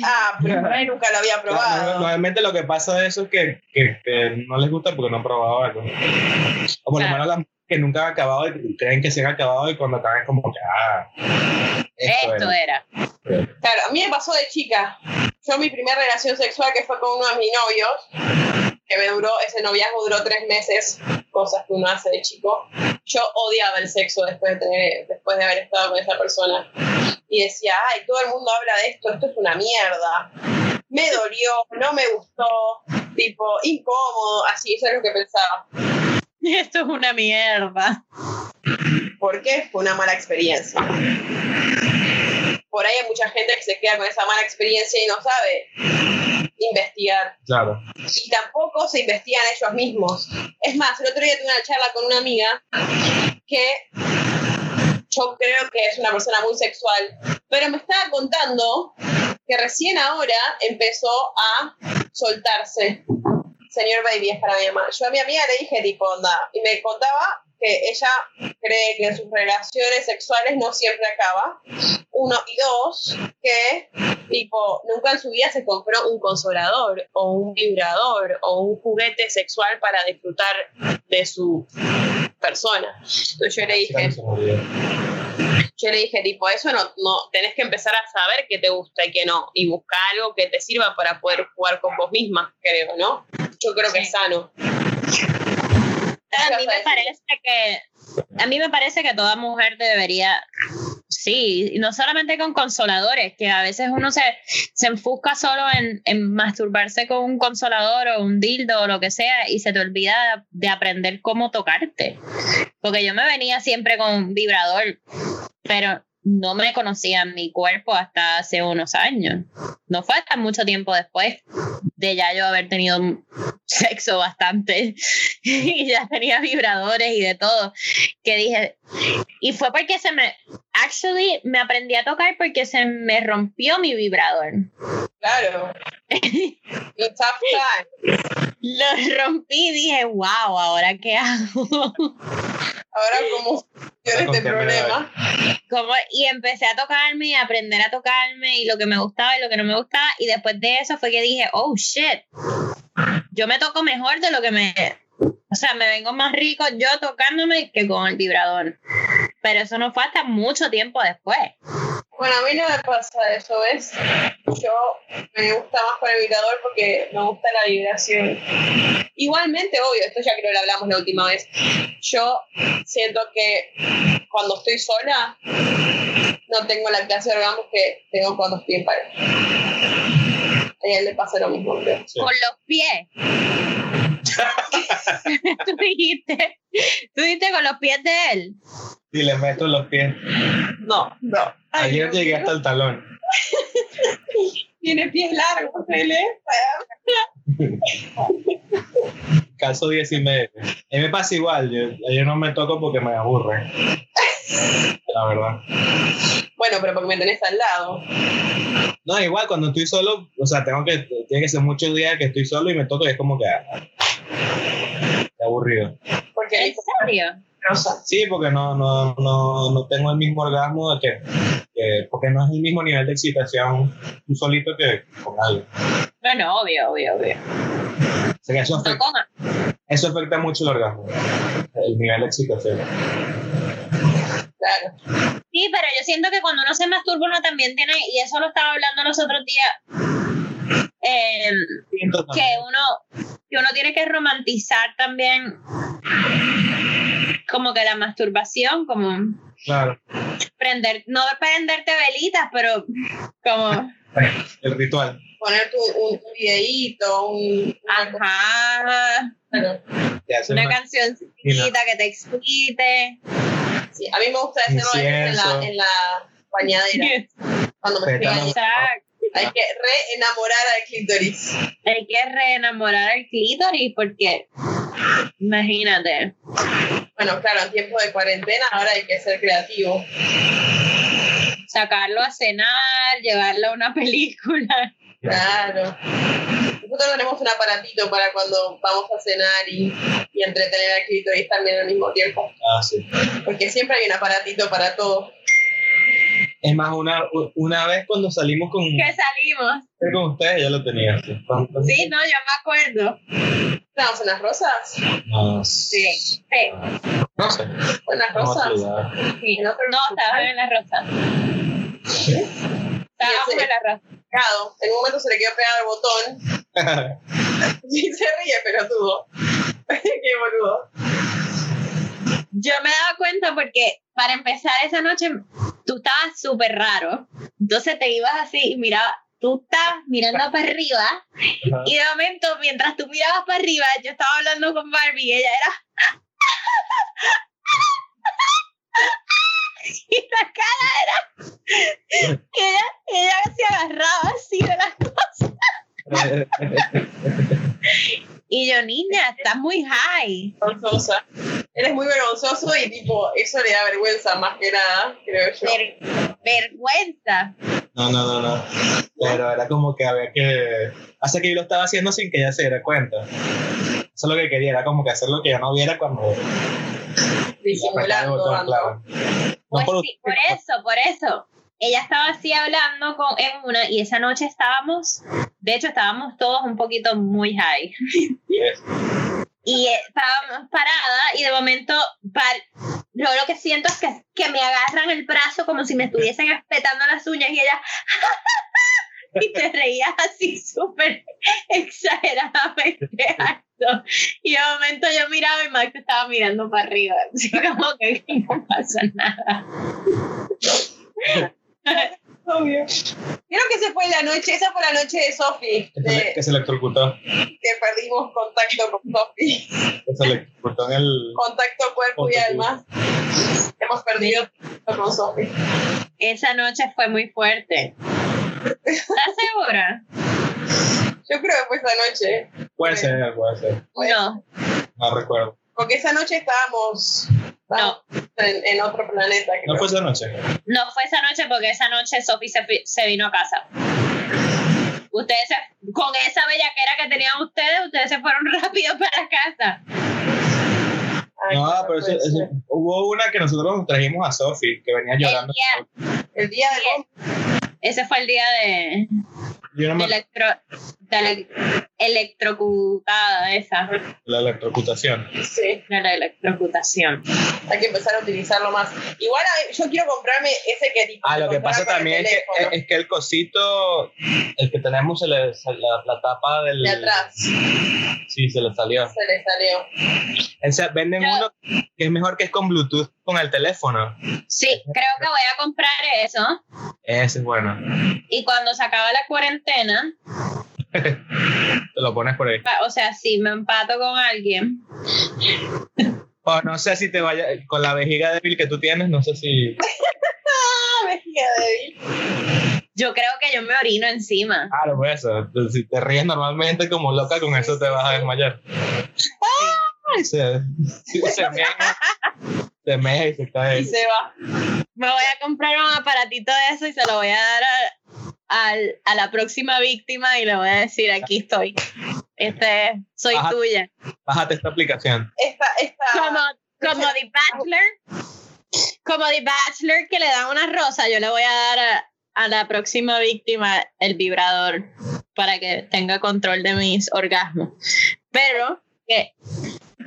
Speaker 2: Ah, pero por ahí nunca lo había
Speaker 3: No-
Speaker 2: probado.
Speaker 3: Normalmente lo que pasa de eso es que, que- que no les gusta porque no han probado algo. O por lo
Speaker 1: Claro.
Speaker 3: menos las mujeres que nunca han acabado y creen que se han acabado y cuando acaban es como que, ah, esto,
Speaker 1: Esto
Speaker 3: era.
Speaker 1: era.
Speaker 2: Claro, a mí me pasó de chica. Yo mi primera relación sexual que fue con uno de mis novios, que me duró, ese noviazgo duró tres meses, cosas que uno hace de chico. Yo odiaba el sexo después de, tener- después de haber estado con esa persona. Y decía, ay, todo el mundo habla de esto, esto es una mierda. Me dolió, no me gustó, tipo, incómodo, así, eso es lo que pensaba.
Speaker 1: Esto es una mierda.
Speaker 2: porque fue una mala experiencia. Por ahí hay mucha gente que se queda con esa mala experiencia y no sabe investigar.
Speaker 3: Claro.
Speaker 2: Y tampoco se investigan ellos mismos. Es más, el otro día tuve una charla con una amiga que yo creo que es una persona muy sexual, pero me estaba contando que recién ahora empezó a soltarse Señor Baby es para mi mamá. Yo a mi amiga le dije, tipo, onda, y me contaba que ella cree que sus relaciones sexuales no siempre acaba. Uno, y dos, que, tipo, nunca en su vida se compró un consolador o un vibrador o un juguete sexual para disfrutar de su persona. Entonces yo le dije, yo le dije, tipo, eso no, no, tenés que empezar a saber qué te gusta y qué no, y buscar algo que te sirva para poder jugar con vos misma, creo, ¿no? Yo creo que
Speaker 1: Sí.
Speaker 2: es sano.
Speaker 1: A
Speaker 2: vas a
Speaker 1: mí me
Speaker 2: decir?
Speaker 1: parece que a mí me parece que toda mujer debería sí, y no solamente con consoladores, que a veces uno se, se enfusca solo en, en masturbarse con un consolador o un dildo o lo que sea y se te olvida de aprender cómo tocarte. Porque yo me venía siempre con un vibrador, pero no me conocía mi cuerpo hasta hace unos años. No fue hasta mucho tiempo después de ya yo haber tenido sexo bastante y ya tenía vibradores y de todo, que dije, y fue porque se me, actually me aprendí a tocar porque se me rompió mi vibrador.
Speaker 2: Claro. It's tough time.
Speaker 1: Lo rompí y dije, wow, ahora qué hago.
Speaker 2: Ahora como tiene
Speaker 3: Con
Speaker 2: este
Speaker 3: qué me
Speaker 2: problema.
Speaker 1: Como- y empecé a tocarme y a aprender a tocarme y lo que me gustaba y lo que no me gustaba. Y después de eso fue que dije, oh shit, yo me toco mejor de lo que me. O sea, me vengo más rico yo tocándome que con el vibrador. Pero eso no fue hasta mucho tiempo después.
Speaker 2: Bueno, a mí no me pasa eso, ¿ves? Yo me gusta más con el vibrador porque me gusta la vibración. Igualmente, obvio, esto ya creo que lo hablamos la última vez. Yo siento que cuando estoy sola no tengo la clase de orgasmos que tengo cuando estoy en pareja. A él le pasa lo mismo, creo.
Speaker 3: Sí.
Speaker 1: Con los pies. tú dijiste, tú dijiste con los pies de él.
Speaker 3: Y le meto los pies.
Speaker 2: No, no.
Speaker 3: Ayer llegué hasta el talón.
Speaker 2: Tiene pies largos, él, ¿eh?
Speaker 3: Calzo 10 y medio. A mí me pasa igual. Yo, yo no me toco porque me aburre. La verdad.
Speaker 2: Bueno, pero porque me tenés al lado.
Speaker 3: No, igual cuando estoy solo, o sea, tengo que, tiene que ser muchos días que estoy solo y me toco y es como que... ah, qué aburrido.
Speaker 2: Porque él
Speaker 1: ¿En serio?
Speaker 3: Sí, porque no, no, no, no tengo el mismo orgasmo de que, que- porque no es el mismo nivel de excitación tú solito que con alguien.
Speaker 1: Bueno, obvio, obvio, obvio.
Speaker 3: O sea, que eso,
Speaker 1: No
Speaker 3: afecta,
Speaker 1: con
Speaker 3: eso afecta mucho el orgasmo, el nivel de excitación.
Speaker 2: Claro.
Speaker 1: Sí, pero yo siento que cuando uno se masturba uno también tiene, y eso lo estaba hablando los otros días, eh,
Speaker 3: Siento
Speaker 1: que
Speaker 3: también.
Speaker 1: uno, que uno tiene que romantizar también como que la masturbación, como
Speaker 3: Claro,
Speaker 1: prender, no prenderte velitas, pero como,
Speaker 3: el ritual.
Speaker 2: Poner tu, un, un videíto, un...
Speaker 1: Ah,
Speaker 2: una
Speaker 1: ajá,
Speaker 2: cosa.
Speaker 3: Te hace
Speaker 1: una
Speaker 3: una-
Speaker 1: cancioncita que te excite.
Speaker 2: Sí, a mí me gusta hacerlo a veces en
Speaker 3: Incienso.
Speaker 2: la, en la bañadera, cuando me estoy
Speaker 3: Pétalos.
Speaker 2: bañando.
Speaker 1: Exacto.
Speaker 2: Hay que reenamorar al clítoris.
Speaker 1: Hay que reenamorar al clítoris porque, imagínate.
Speaker 2: Bueno, claro, en tiempo de cuarentena ahora hay que ser creativo.
Speaker 1: sacarlo a cenar, llevarlo a una película.
Speaker 2: Claro. Nosotros tenemos un aparatito para cuando vamos a cenar y, y entretener al clítoris también al mismo tiempo.
Speaker 3: Ah, sí.
Speaker 2: Porque siempre hay un aparatito para todo.
Speaker 3: Es más, una, una vez cuando salimos con,
Speaker 1: Que salimos.
Speaker 3: con ustedes ya lo tenía. Sí,
Speaker 1: Sí, no, yo me acuerdo.
Speaker 2: ¿Tenemos unas rosas?
Speaker 3: No,
Speaker 1: Sí, sí,
Speaker 3: No sé.
Speaker 2: Unas
Speaker 3: Vamos a
Speaker 2: rosas.
Speaker 3: saludar.
Speaker 1: sí. No, estábamos en la rosa. Estábamos en la rosa.
Speaker 2: Pegado. En un momento se le quedó pegado el botón. Sí, se ríe, pero tuvo. Qué boludo.
Speaker 1: Yo me daba cuenta porque para empezar esa noche tú estabas súper raro. Entonces te ibas así y miraba. Tú estabas mirando para arriba
Speaker 3: Ajá.
Speaker 1: y de momento mientras tú mirabas para arriba yo estaba hablando con Barbie y ella era... y la cara era... que ella, ella se agarraba así de las cosas. Y yo, niña, estás muy high.
Speaker 2: Vergonzosa. Eres muy vergonzoso y tipo, eso le da vergüenza más que nada, creo yo.
Speaker 1: Ver- vergüenza.
Speaker 3: No, no, no, no. Pero era como que había que. Hasta que yo lo estaba haciendo sin que ella se diera cuenta. Eso es lo que quería, era como que hacer lo que ella no viera cuando.
Speaker 2: disimulando.
Speaker 3: Claro.
Speaker 2: dando.
Speaker 3: No
Speaker 1: Pues
Speaker 3: por
Speaker 1: sí, por eso, por eso. Ella estaba así hablando con, en una y esa noche estábamos, de hecho estábamos todos un poquito muy high.
Speaker 3: ustedes.
Speaker 1: Y estábamos parada y de momento par- yo lo que siento es que, que me agarran el brazo como si me estuviesen espetando las uñas y ella... Y te reías así súper exageradamente alto. Y de momento yo miraba y Max estaba mirando para arriba. Así como que no pasa nada.
Speaker 4: Obvio.
Speaker 2: Creo que esa fue la noche, esa fue la noche de Sofi.
Speaker 3: Que se le-
Speaker 2: de-
Speaker 3: Que se electrocutó.
Speaker 2: Que perdimos contacto con Sofi.
Speaker 3: Que se electrocutó en el.
Speaker 2: Contacto cuerpo y
Speaker 3: Contacto.
Speaker 2: alma. Hemos perdido contacto con Sofi.
Speaker 1: Esa noche fue muy fuerte. ¿Estás segura?
Speaker 2: Yo creo que fue esa noche.
Speaker 3: Puede ser, puede ser.
Speaker 2: Fue-
Speaker 1: No,
Speaker 3: No recuerdo.
Speaker 2: Porque esa noche estábamos, estábamos en, en otro planeta. creo.
Speaker 3: No fue esa noche.
Speaker 1: no fue esa noche porque esa noche Sophie se, fi- se vino a casa. Ustedes se- con esa bellaquera que tenían ustedes, ustedes se fueron rápido para casa.
Speaker 2: Ay,
Speaker 3: No,
Speaker 2: no
Speaker 3: pero eso-
Speaker 2: puede
Speaker 3: eso-
Speaker 2: ser.
Speaker 3: hubo una que nosotros nos trajimos a Sofi, que venía
Speaker 1: El
Speaker 3: llorando.
Speaker 1: día-
Speaker 2: El día del
Speaker 1: Sí. ese fue el día de,
Speaker 3: Yo no
Speaker 1: de
Speaker 3: me
Speaker 1: electro, de ele- electrocutada esa,
Speaker 3: la electrocutación.
Speaker 2: Sí,
Speaker 1: de la electrocutación.
Speaker 2: hay que empezar a utilizarlo más. Igual a- yo quiero comprarme ese que
Speaker 3: Ah, lo que pasa
Speaker 2: compraba con el
Speaker 3: también es que,
Speaker 2: teléfono
Speaker 3: es que el cosito, el que tenemos, se le, se- la, la tapa del...
Speaker 2: de atrás
Speaker 3: Sí, se le salió.
Speaker 2: se le salió.
Speaker 3: O sea, venden
Speaker 1: Yo-
Speaker 3: uno que es mejor que es con Bluetooth con el teléfono.
Speaker 1: Sí, creo que voy a comprar eso.
Speaker 3: Ese es bueno.
Speaker 1: Y cuando se acaba la cuarentena,
Speaker 3: Te lo pones por ahí.
Speaker 1: pa- o sea, si me empato con alguien,
Speaker 3: O no sé si te vaya, con la vejiga débil que tú tienes, no sé si...
Speaker 2: Ah, vejiga débil.
Speaker 1: Yo creo que yo me orino encima.
Speaker 3: Claro, pues eso. Entonces, Si te ríes normalmente como loca, con eso te vas a desmayar. Ay, se, sí, se mea, se mea y se cae.
Speaker 2: Y se va.
Speaker 1: Me voy a comprar un aparatito de eso y se lo voy a dar a, al- a la próxima víctima y le voy a decir, aquí estoy. Este, es, soy
Speaker 3: Ajá.
Speaker 1: tuya.
Speaker 3: Bájate esta aplicación.
Speaker 2: Esta, esta.
Speaker 1: Como, como The Bachelor, como The Bachelor que le da una rosa, yo le voy a dar a, a la próxima víctima el vibrador para que tenga control de mis orgasmos. Pero que,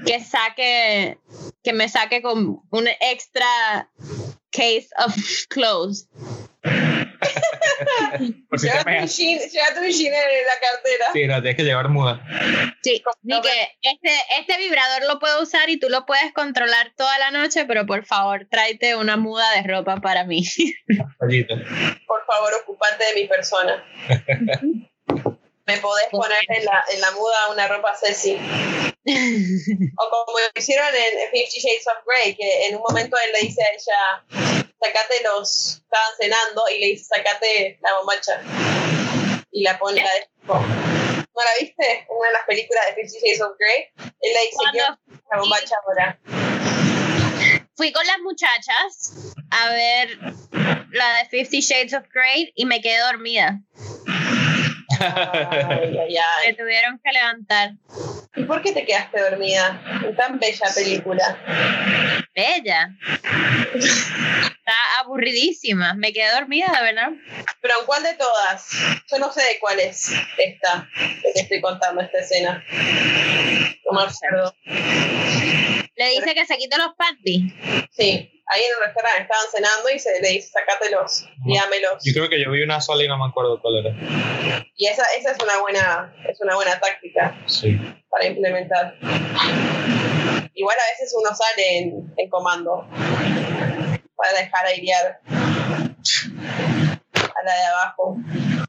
Speaker 1: que saque, que me saque con un extra case of clothes.
Speaker 3: Por si te
Speaker 2: Lleva tu
Speaker 3: meas.
Speaker 2: jean, lleva tu jean en la cartera.
Speaker 3: Sí, no, tienes que llevar muda.
Speaker 1: Sí, ni que este, este vibrador lo puedo usar y tú lo puedes controlar toda la noche, pero por favor, tráete una muda de ropa para mí.
Speaker 3: Ollita.
Speaker 2: Por favor, ocupate de mi persona. Me podés poner en la, en la muda una ropa sexy. O como hicieron en Fifty Shades of Grey, que en un momento él le dice a ella, sacate los, estaban cenando, y le dice, sacate la bombacha. Y la pone, la dejó. ¿No la viste? En una de las películas de Fifty Shades of Grey, él le dice,
Speaker 1: Cuando
Speaker 2: quiero la bombacha ahora.
Speaker 1: fui con las muchachas a ver la de Fifty Shades of Grey y me quedé dormida.
Speaker 2: Ay, ay, ay.
Speaker 1: Me tuvieron que levantar.
Speaker 2: ¿Y por qué te quedaste dormida? En tan bella película.
Speaker 1: Bella. Está aburridísima. Me quedé dormida, de verdad.
Speaker 2: Pero ¿en cuál de todas? Yo no sé de cuál es esta que te estoy contando, esta escena. No me acuerdo.
Speaker 1: Le dice que se quite los panties.
Speaker 2: Sí, ahí en un restaurante estaban cenando y se le dice, sacátelos, dámelos.
Speaker 3: Yo creo que yo vi una sola y no me acuerdo cuál era.
Speaker 2: Y esa, esa es una buena, es una buena táctica
Speaker 3: Sí.
Speaker 2: para implementar. Igual a veces uno sale en, en comando para dejar airear a la de abajo.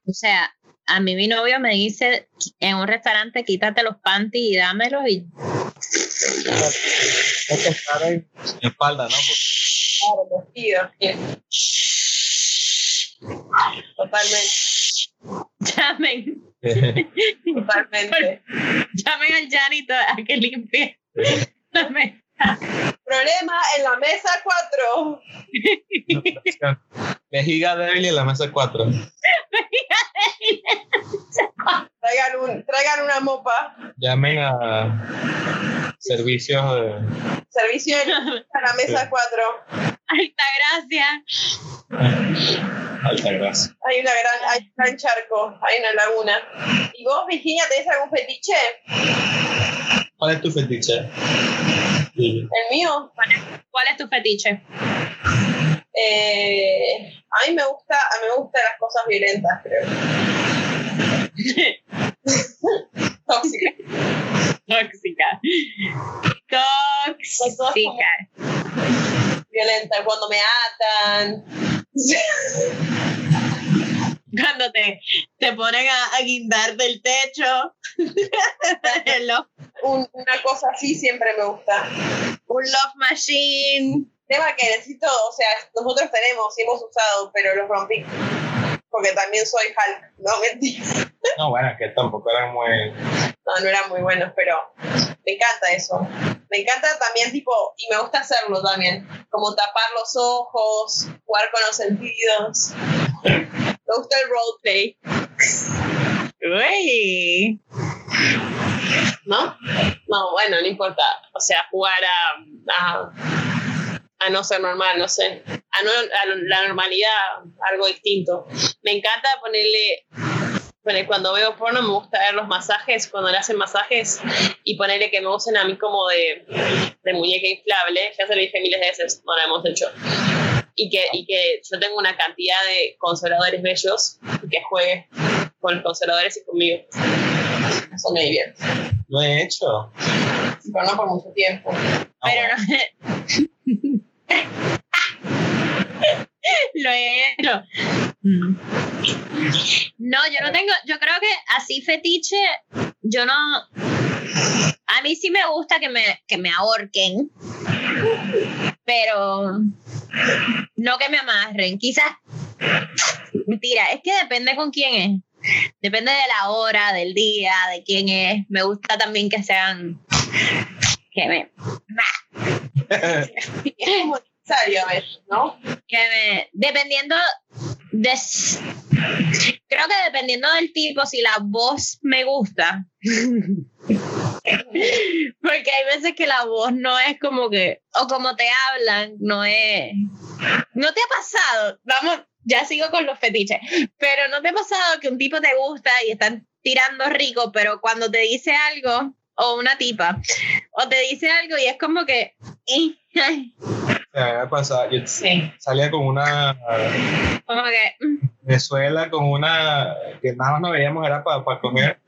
Speaker 1: O sea, a mí mi novio me dice en un restaurante, quítate los panties y dámelos. Y
Speaker 3: Hay que estar ahí. En espalda, ¿no? Porque
Speaker 2: Claro, los pido. Bien. Totalmente,
Speaker 1: llamen,
Speaker 2: totalmente.
Speaker 1: llamen al Janito a que limpie.
Speaker 2: Problema en la mesa 4.
Speaker 3: Una operación. Vejiga débil en la mesa 4.
Speaker 2: Traigan, un, traigan una mopa,
Speaker 3: Llamen a servicios de...
Speaker 2: servicio de luz a la mesa 4.
Speaker 1: Alta gracia.
Speaker 3: Alta gracia.
Speaker 2: Hay una gran, hay un gran charco, hay una laguna. ¿Y vos, Virginia, tenés algún fetiche?
Speaker 3: ¿Cuál es tu fetiche? Sí.
Speaker 2: El mío.
Speaker 1: ¿Cuál es tu fetiche?
Speaker 2: Eh, a mí me gusta, a mí me gustan las cosas violentas, creo. Tóxica.
Speaker 1: Tóxica.
Speaker 2: Pues todas como-
Speaker 1: Tóxica.
Speaker 2: Violenta, cuando me atan.
Speaker 1: Cuando te, te ponen a, a guindar del techo. El love-
Speaker 2: Un- una cosa así siempre me gusta.
Speaker 1: un love machine.
Speaker 2: Tema que necesito, o sea, nosotros tenemos y hemos usado, pero los rompí. Porque también soy Hulk, no mentira.
Speaker 3: No, bueno, que tampoco eran muy...
Speaker 2: No, no eran muy buenos, pero me encanta eso. Me encanta también, tipo, y me gusta hacerlo también. Como tapar los ojos, jugar con los sentidos. Me gusta el roleplay,
Speaker 1: Uy.
Speaker 5: ¿no? No, bueno, no importa. O sea, jugar a, a, a no ser normal, no sé. A, no, a lo- la normalidad, algo distinto. Me encanta ponerle. poner- cuando veo porno me gusta ver los masajes, cuando le hacen masajes y ponerle que me usen a mí como de, de muñeca inflable, ya se lo dije miles de veces, no lo hemos hecho. Y que, y que yo tengo una cantidad de consoladores bellos y que juegue con los consoladores y conmigo.
Speaker 2: eso me divierte.
Speaker 3: Lo he hecho.
Speaker 2: Pero no por mucho tiempo.
Speaker 3: Ah,
Speaker 1: Pero
Speaker 3: bueno.
Speaker 1: no. Lo he hecho. Mm. No, yo no tengo, yo creo que así fetiche, yo no. A mí sí me gusta que me, que me ahorquen, pero no que me amarren. Quizás, mentira, es que depende con quién es. Depende de la hora, del día, de quién es. Me gusta también que sean, que me,
Speaker 2: Es como necesario a veces, ¿no?
Speaker 1: que me- dependiendo de s- creo que dependiendo del tipo si la voz me gusta porque hay veces que la voz no es como que o como te hablan no es no te ha pasado vamos ya sigo con los fetiches pero no te ha pasado que un tipo te gusta y están tirando rico pero cuando te dice algo o una tipa o te dice algo y es como que "Ih, ay",
Speaker 3: O sea, me pasaba- Yo
Speaker 1: sí,
Speaker 3: salía con una...
Speaker 1: como que "Mm".
Speaker 3: Venezuela con una que nada más nos veíamos era para comer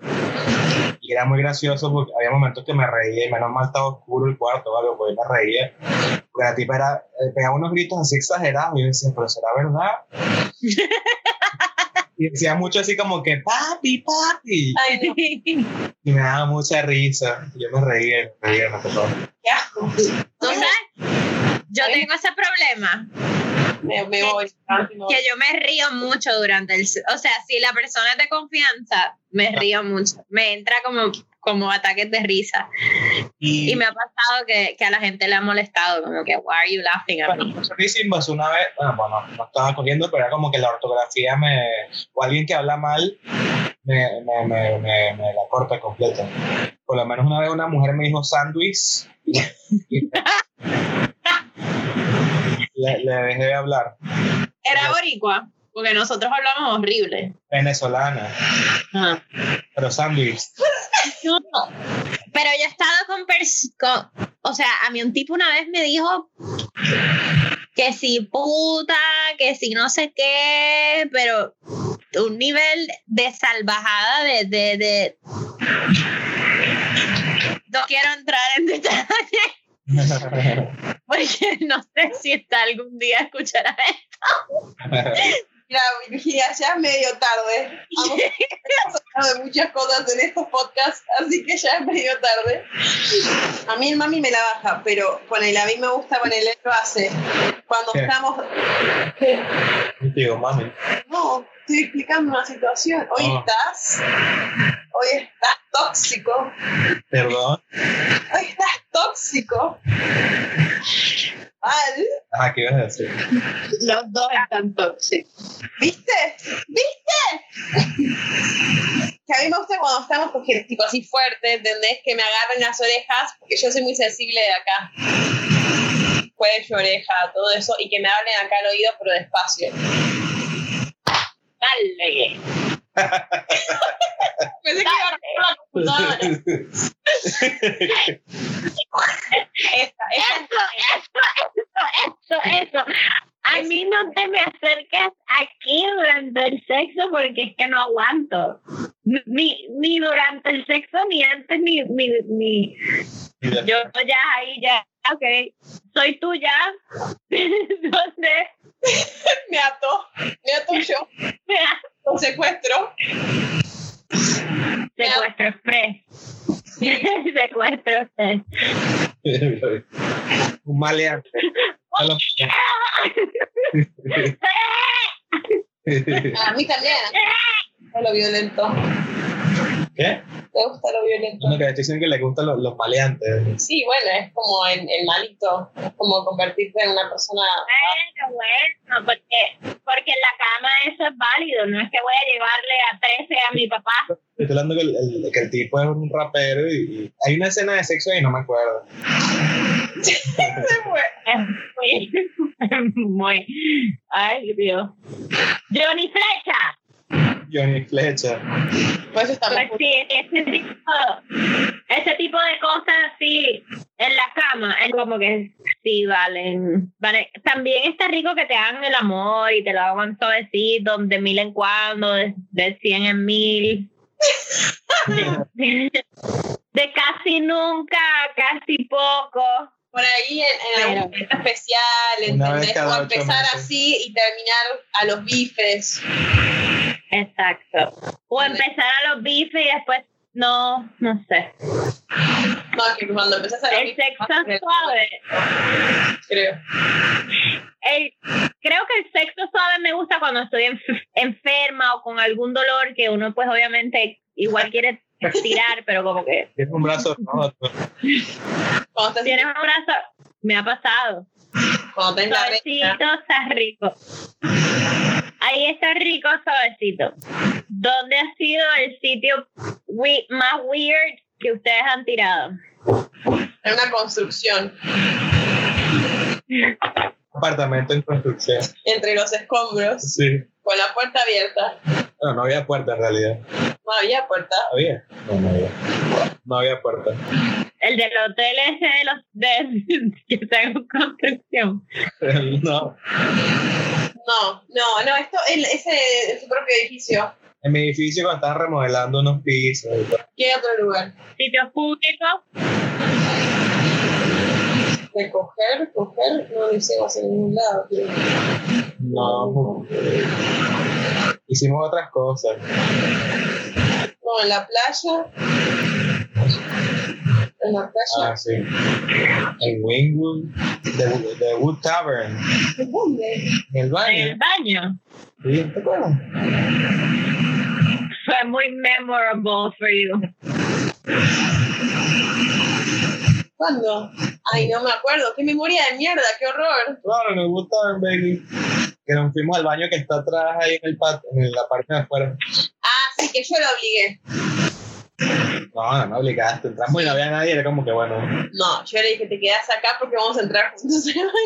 Speaker 3: y era muy gracioso porque había momentos que me reía y menos mal estaba oscuro el cuarto o algo, porque me reía porque la tipa era, eh, pegaba unos gritos así exagerados y yo decía, pero será verdad y decía mucho así como que papi, papi
Speaker 2: Ay, no,
Speaker 3: y me daba mucha risa y yo me reía, me reía, me tocó.
Speaker 2: qué asco.
Speaker 1: ¿Tú sabes? Yo
Speaker 2: Sí.
Speaker 1: tengo ese problema,
Speaker 2: Me, me voy. me voy.
Speaker 1: que yo me río mucho durante el... O sea, si la persona es de confianza, me río mucho. Me entra como, como ataques de risa.
Speaker 3: y,
Speaker 1: Y me ha pasado que, que a la gente le ha molestado, como que, why are you laughing at
Speaker 3: Bueno,
Speaker 1: me?
Speaker 3: profesor Rizzi invasó una vez, bueno, bueno, no estaba corriendo, pero era como que la ortografía me, o alguien que habla mal, me, me, me, me, me la corta completa. Por lo menos una vez una mujer me dijo sándwich y le, le dejé de hablar.
Speaker 1: Era boricua, porque nosotros hablamos horrible.
Speaker 3: Venezolana, pero sándwich.
Speaker 1: No, pero yo he estado con, pers- con- o sea, a mí un tipo una vez me dijo que si puta, que si no sé qué, pero un nivel de salvajada de, de, de- no quiero entrar en detalle porque no sé si está algún día escuchará esto.
Speaker 2: Mira, Virginia, ya es medio tarde. Vamos a hablar de muchas cosas en estos podcasts, así que ya es medio tarde. A mí el mami me la baja, pero ponele, a mí me gusta ponerle lo hace. Cuando
Speaker 3: ¿Qué?
Speaker 2: estamos.
Speaker 3: Digo, mami.
Speaker 2: No, estoy explicando una situación. Hoy
Speaker 3: Ah.
Speaker 2: estás. Hoy estás tóxico.
Speaker 3: Perdón.
Speaker 2: Hoy estás tóxico.
Speaker 4: mal.
Speaker 3: Ajá, ¿qué ibas a decir?
Speaker 1: Los dos están tóxicos.
Speaker 4: ¿Viste? ¿Viste? que a mí me gusta cuando estamos cogiendo,
Speaker 2: tipo así fuerte, ¿entendés? Que me agarren las orejas, porque yo soy muy sensible de acá. Cuello, oreja, todo eso, y que me hablen acá al oído, pero despacio.
Speaker 1: Dale.
Speaker 2: Pensé que iba a romper la computadora. Esta, esta,
Speaker 1: Eso, eso, eso, eso. A mí no te me acerques aquí durante el sexo porque es que no aguanto. Ni, ni durante el sexo, ni antes, ni, ni, ni.
Speaker 3: Y de-
Speaker 1: Yo ya ahí, ya, ok. Soy tuya. Entonces,
Speaker 4: me ató, me ató yo,
Speaker 1: me da
Speaker 4: lo secuestro.
Speaker 1: secuestro express. secuestro express.
Speaker 3: Un maleante. A los-
Speaker 4: A mí también. A lo violento.
Speaker 3: ¿Qué?
Speaker 4: ¿Te gusta lo violento?
Speaker 3: No, que estoy diciendo que le gustan los, los maleantes.
Speaker 2: sí, bueno, es como el, el malito, es como convertirte en una persona.
Speaker 1: Bueno, bueno, porque, porque en la cama eso es válido, no es que voy a llevarle a 13 a mi papá.
Speaker 3: Estoy hablando que el, el- que el tipo es un rapero y, y hay una escena de sexo y no me acuerdo.
Speaker 4: Se fue.
Speaker 1: Es muy, muy, ay Dios. Johnny Flecha,
Speaker 3: Johnny Fletcher.
Speaker 4: Por eso estamos
Speaker 1: pues sí, ese tipo, ese tipo de cosas así en la cama, es como que sí valen, vale. También está rico que te hagan el amor y te lo hagan suavecito, de mil en cuando, de, de 100 en mil. de casi nunca, casi poco.
Speaker 2: Por ahí en, en algún
Speaker 1: Pero-
Speaker 2: momento especial,
Speaker 3: Una vez
Speaker 2: ¿entendés?
Speaker 3: cada
Speaker 2: O
Speaker 3: ocho
Speaker 2: empezar
Speaker 3: meses.
Speaker 2: así y terminar a los bifes.
Speaker 1: Exacto. O empezar a los bifes y después no, no sé.
Speaker 2: No, que cuando empezás a los
Speaker 1: El
Speaker 2: bifes.
Speaker 1: sexo
Speaker 2: vas a-
Speaker 1: suave.
Speaker 2: Creo.
Speaker 1: El- creo que el sexo suave me gusta cuando estoy enf- enferma o con algún dolor que uno pues obviamente igual quiere tirar, pero como que
Speaker 3: Tiene un brazo roto.
Speaker 2: Cuando estás
Speaker 1: tienes un brazo. Me ha pasado.
Speaker 2: Cuando tenés la regla.
Speaker 1: Suavecito está rico. Ahí está rico suavecito. ¿Dónde ha sido el sitio we- más weird que ustedes han tirado?
Speaker 4: en una construcción
Speaker 3: Apartamento en construcción.
Speaker 4: entre los escombros
Speaker 3: Sí.
Speaker 4: con la puerta abierta.
Speaker 3: No, no había puerta en realidad.
Speaker 4: No había puerta.
Speaker 3: ¿Había? No, no había. No había puerta.
Speaker 1: El del hotel ese de los de, que está en construcción.
Speaker 3: No.
Speaker 4: No, no, no, esto él- ese es su propio edificio.
Speaker 3: En mi edificio cuando estaban remodelando unos pisos. y todo.
Speaker 4: ¿Qué otro lugar?
Speaker 1: Sitios públicos.
Speaker 4: De coger, coger, no lo hicimos en ningún lado. creo.
Speaker 3: No. Hicimos otras cosas.
Speaker 4: No, en la playa. En la playa.
Speaker 3: Ah, sí. En Wingwood. The, The Wood Tavern.
Speaker 4: ¿Dónde?
Speaker 3: En el
Speaker 1: En
Speaker 3: baño.
Speaker 1: el baño.
Speaker 3: Sí, ¿te acuerdas?
Speaker 1: Fue muy memorable for you.
Speaker 4: ¿Cuándo? Ay, no me acuerdo. ¡Qué memoria de mierda! ¡Qué horror!
Speaker 3: Claro, en el Wood Tavern, baby. Que nos fuimos al baño que está atrás ahí en el patio, en la parte de afuera.
Speaker 4: Ah, sí, que yo lo obligué.
Speaker 3: No, no me obligaste. Entramos y no había nadie. Era como que bueno.
Speaker 4: No, yo le dije, te quedas acá porque vamos a entrar juntos al baño.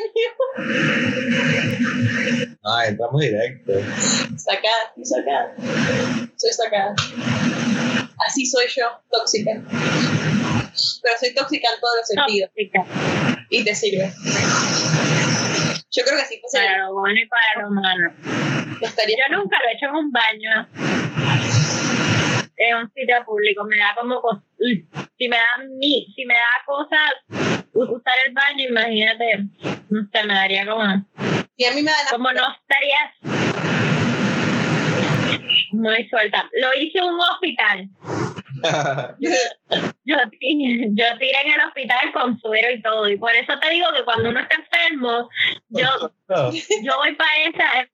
Speaker 3: Ah, entramos directo.
Speaker 4: Sacada, estoy sacada. Soy sacada. Así soy yo, tóxica. Pero soy tóxica en todos los sentidos.
Speaker 1: Tóxica.
Speaker 4: Y te sirve. Yo creo que si fuese
Speaker 1: Para lo bueno y para lo malo.
Speaker 4: no estaría
Speaker 1: Yo nunca lo he hecho en un baño. En un sitio público. Me da como. cos- Uy, Si me da, mi, si me da cosas u- usar el baño, imagínate. No sé, me daría como.
Speaker 4: Y a mí me dan
Speaker 1: como no estarías muy suelta. Lo hice en un hospital. Yo, ti- yo tiré en el hospital con suero y todo. Y por eso te digo que cuando uno está enfermo, yo, yo voy para esa en-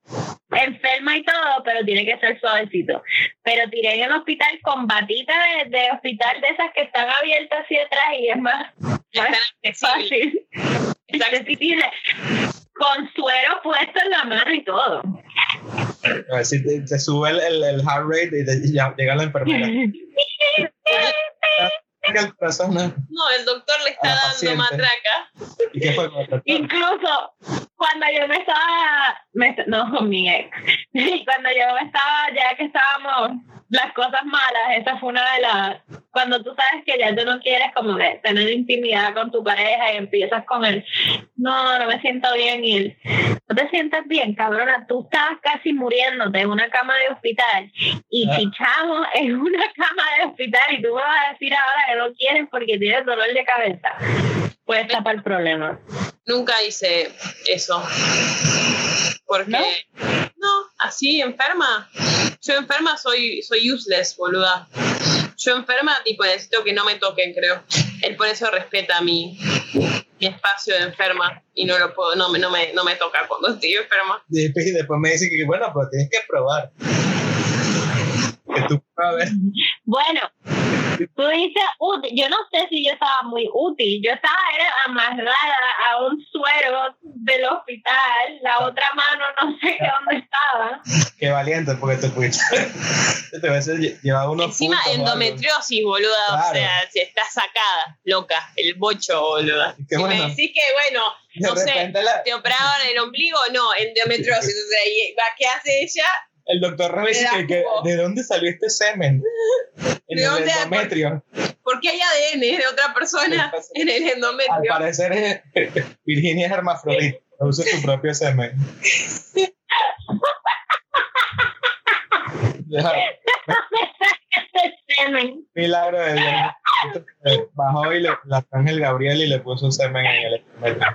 Speaker 1: enferma y todo, pero tiene que ser suavecito. Pero tiré en el hospital con batita de, de hospital de esas que están abiertas hacia atrás y es más, más
Speaker 2: accesible.
Speaker 1: fácil. Este sí tiene- con suero puesto en la mano y todo.
Speaker 3: A ver si te, te sube el, el, el heart rate y, te- y ya llega la enfermera. Venga, el corazón, ¿no?
Speaker 2: No, el doctor le está
Speaker 3: A la
Speaker 2: dando
Speaker 3: paciente.
Speaker 2: matraca.
Speaker 3: ¿Y qué fue con el doctor?
Speaker 1: Incluso cuando yo me estaba, me est- no con mi ex, cuando yo me estaba, ya que estábamos las cosas malas, esa fue una de las, cuando tú sabes que ya tú no quieres como que tener intimidad con tu pareja y empiezas con el, no, no me siento bien y el, no te sientes bien, cabrona, tú estabas casi muriéndote en una cama de hospital y
Speaker 3: Ah.
Speaker 1: chichamos en una cama de hospital y tú me vas a decir ahora que no quieres porque tienes dolor de cabeza. Puedes tapar el problema.
Speaker 2: Nunca hice eso. Porque.
Speaker 1: ¿No?
Speaker 2: ¿No? así, enferma. Yo enferma soy, soy useless, boluda. Yo enferma, tipo, necesito que no me toquen, creo. Él por eso respeta mi, mi espacio de enferma y no lo puedo, no, me- no, me, no me toca cuando estoy enferma.
Speaker 3: Y después, y después me dice que, bueno, pero tienes que probar. Que tú pruebes.
Speaker 1: Bueno, tú dices útil. Yo no sé si yo estaba muy útil. Yo estaba era amarrada a un suero del hospital. La otra mano no sé dónde estaba.
Speaker 3: Qué valiente, porque te fuiste. te vas a llevar unos
Speaker 2: Encima,
Speaker 3: puntos o algo.
Speaker 2: endometriosis, boluda. O
Speaker 3: Claro.
Speaker 2: sea, si está sacada, loca, el bocho, boluda.
Speaker 3: Y qué
Speaker 2: y
Speaker 3: bueno.
Speaker 2: me decís que, bueno,
Speaker 3: De
Speaker 2: no sé,
Speaker 3: repente la-
Speaker 2: ¿te operaban el ombligo? No, endometriosis.
Speaker 4: Entonces ahí va, ¿qué hace ella?
Speaker 3: el doctor revisa
Speaker 4: Me
Speaker 3: que,
Speaker 4: da
Speaker 3: que,
Speaker 4: jugo.
Speaker 3: ¿de dónde salió este semen? En
Speaker 4: ¿De
Speaker 3: el
Speaker 4: dónde?
Speaker 3: endometrio.
Speaker 2: Porque hay ADN de otra persona en el
Speaker 3: Al
Speaker 2: endometrio.
Speaker 3: parecer es- Virginia es hermafrodita. Usa su propio semen. Deja-
Speaker 1: Este semen.
Speaker 3: milagro de Dios. Bajó y le, la ángel Gabriel y le puso semen en el endometrio.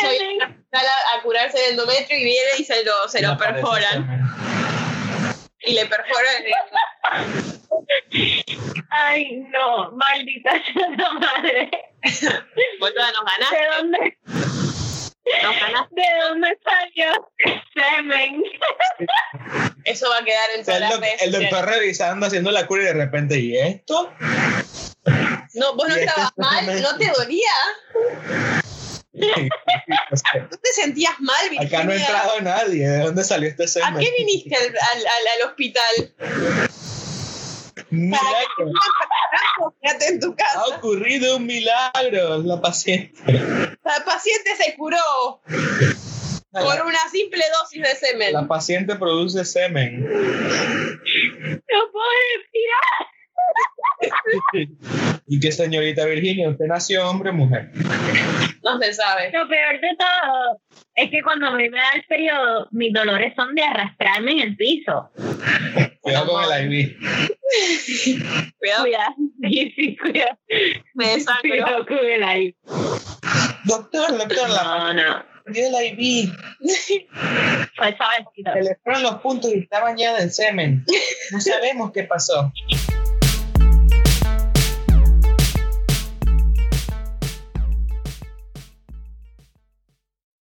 Speaker 1: Semen.
Speaker 2: Sale a curarse el endometrio y viene y se lo, se
Speaker 3: Y
Speaker 2: lo
Speaker 3: aparece
Speaker 2: perforan.
Speaker 3: semen.
Speaker 2: Y le perforan. el-
Speaker 1: Ay, no. Maldita sea la madre.
Speaker 2: Boluda, nos ganaste,
Speaker 1: ¿De dónde,
Speaker 2: nos ganaste.
Speaker 1: de dónde salió este semen?
Speaker 2: Eso va a quedar en
Speaker 3: O sea,
Speaker 2: todas las
Speaker 3: el, doc-
Speaker 2: redes
Speaker 3: el
Speaker 2: sociales.
Speaker 3: doctor revisando, haciendo la cura y de repente, ¿y esto?
Speaker 2: No, vos no
Speaker 3: Y este
Speaker 2: estabas
Speaker 3: es
Speaker 2: mal.
Speaker 3: totalmente-
Speaker 4: ¿No te dolía?
Speaker 3: O sea,
Speaker 4: ¿No te sentías mal, Virginia?
Speaker 3: acá no ha entrado nadie. ¿De dónde salió este
Speaker 4: ¿A
Speaker 3: semen?
Speaker 4: qué viniste al, al, al, al hospital?
Speaker 3: Milagro.
Speaker 4: Quédate en tu
Speaker 3: Ha
Speaker 4: casa.
Speaker 3: ocurrido un milagro. La paciente.
Speaker 4: La paciente se curó por
Speaker 3: La,
Speaker 4: una simple dosis de semen.
Speaker 3: paciente produce semen.
Speaker 1: No puedo respirar.
Speaker 3: ¿Y qué señorita Virginia? ¿Usted nació hombre o mujer?
Speaker 2: No se sabe.
Speaker 1: Lo peor de todo es que cuando a mí me da el periodo, mis dolores son de arrastrarme en el piso.
Speaker 3: Cuidado con el IV.
Speaker 2: Cuidado,
Speaker 1: Cuidado. Sí, sí, cuidado.
Speaker 2: me desangro.
Speaker 1: Cuidado con el aire.
Speaker 3: Doctor, doctor, la
Speaker 1: No, no.
Speaker 3: perdió el IV.
Speaker 1: Fue suavecito.
Speaker 3: Se le fueron los puntos y está bañada en semen. No sabemos qué pasó.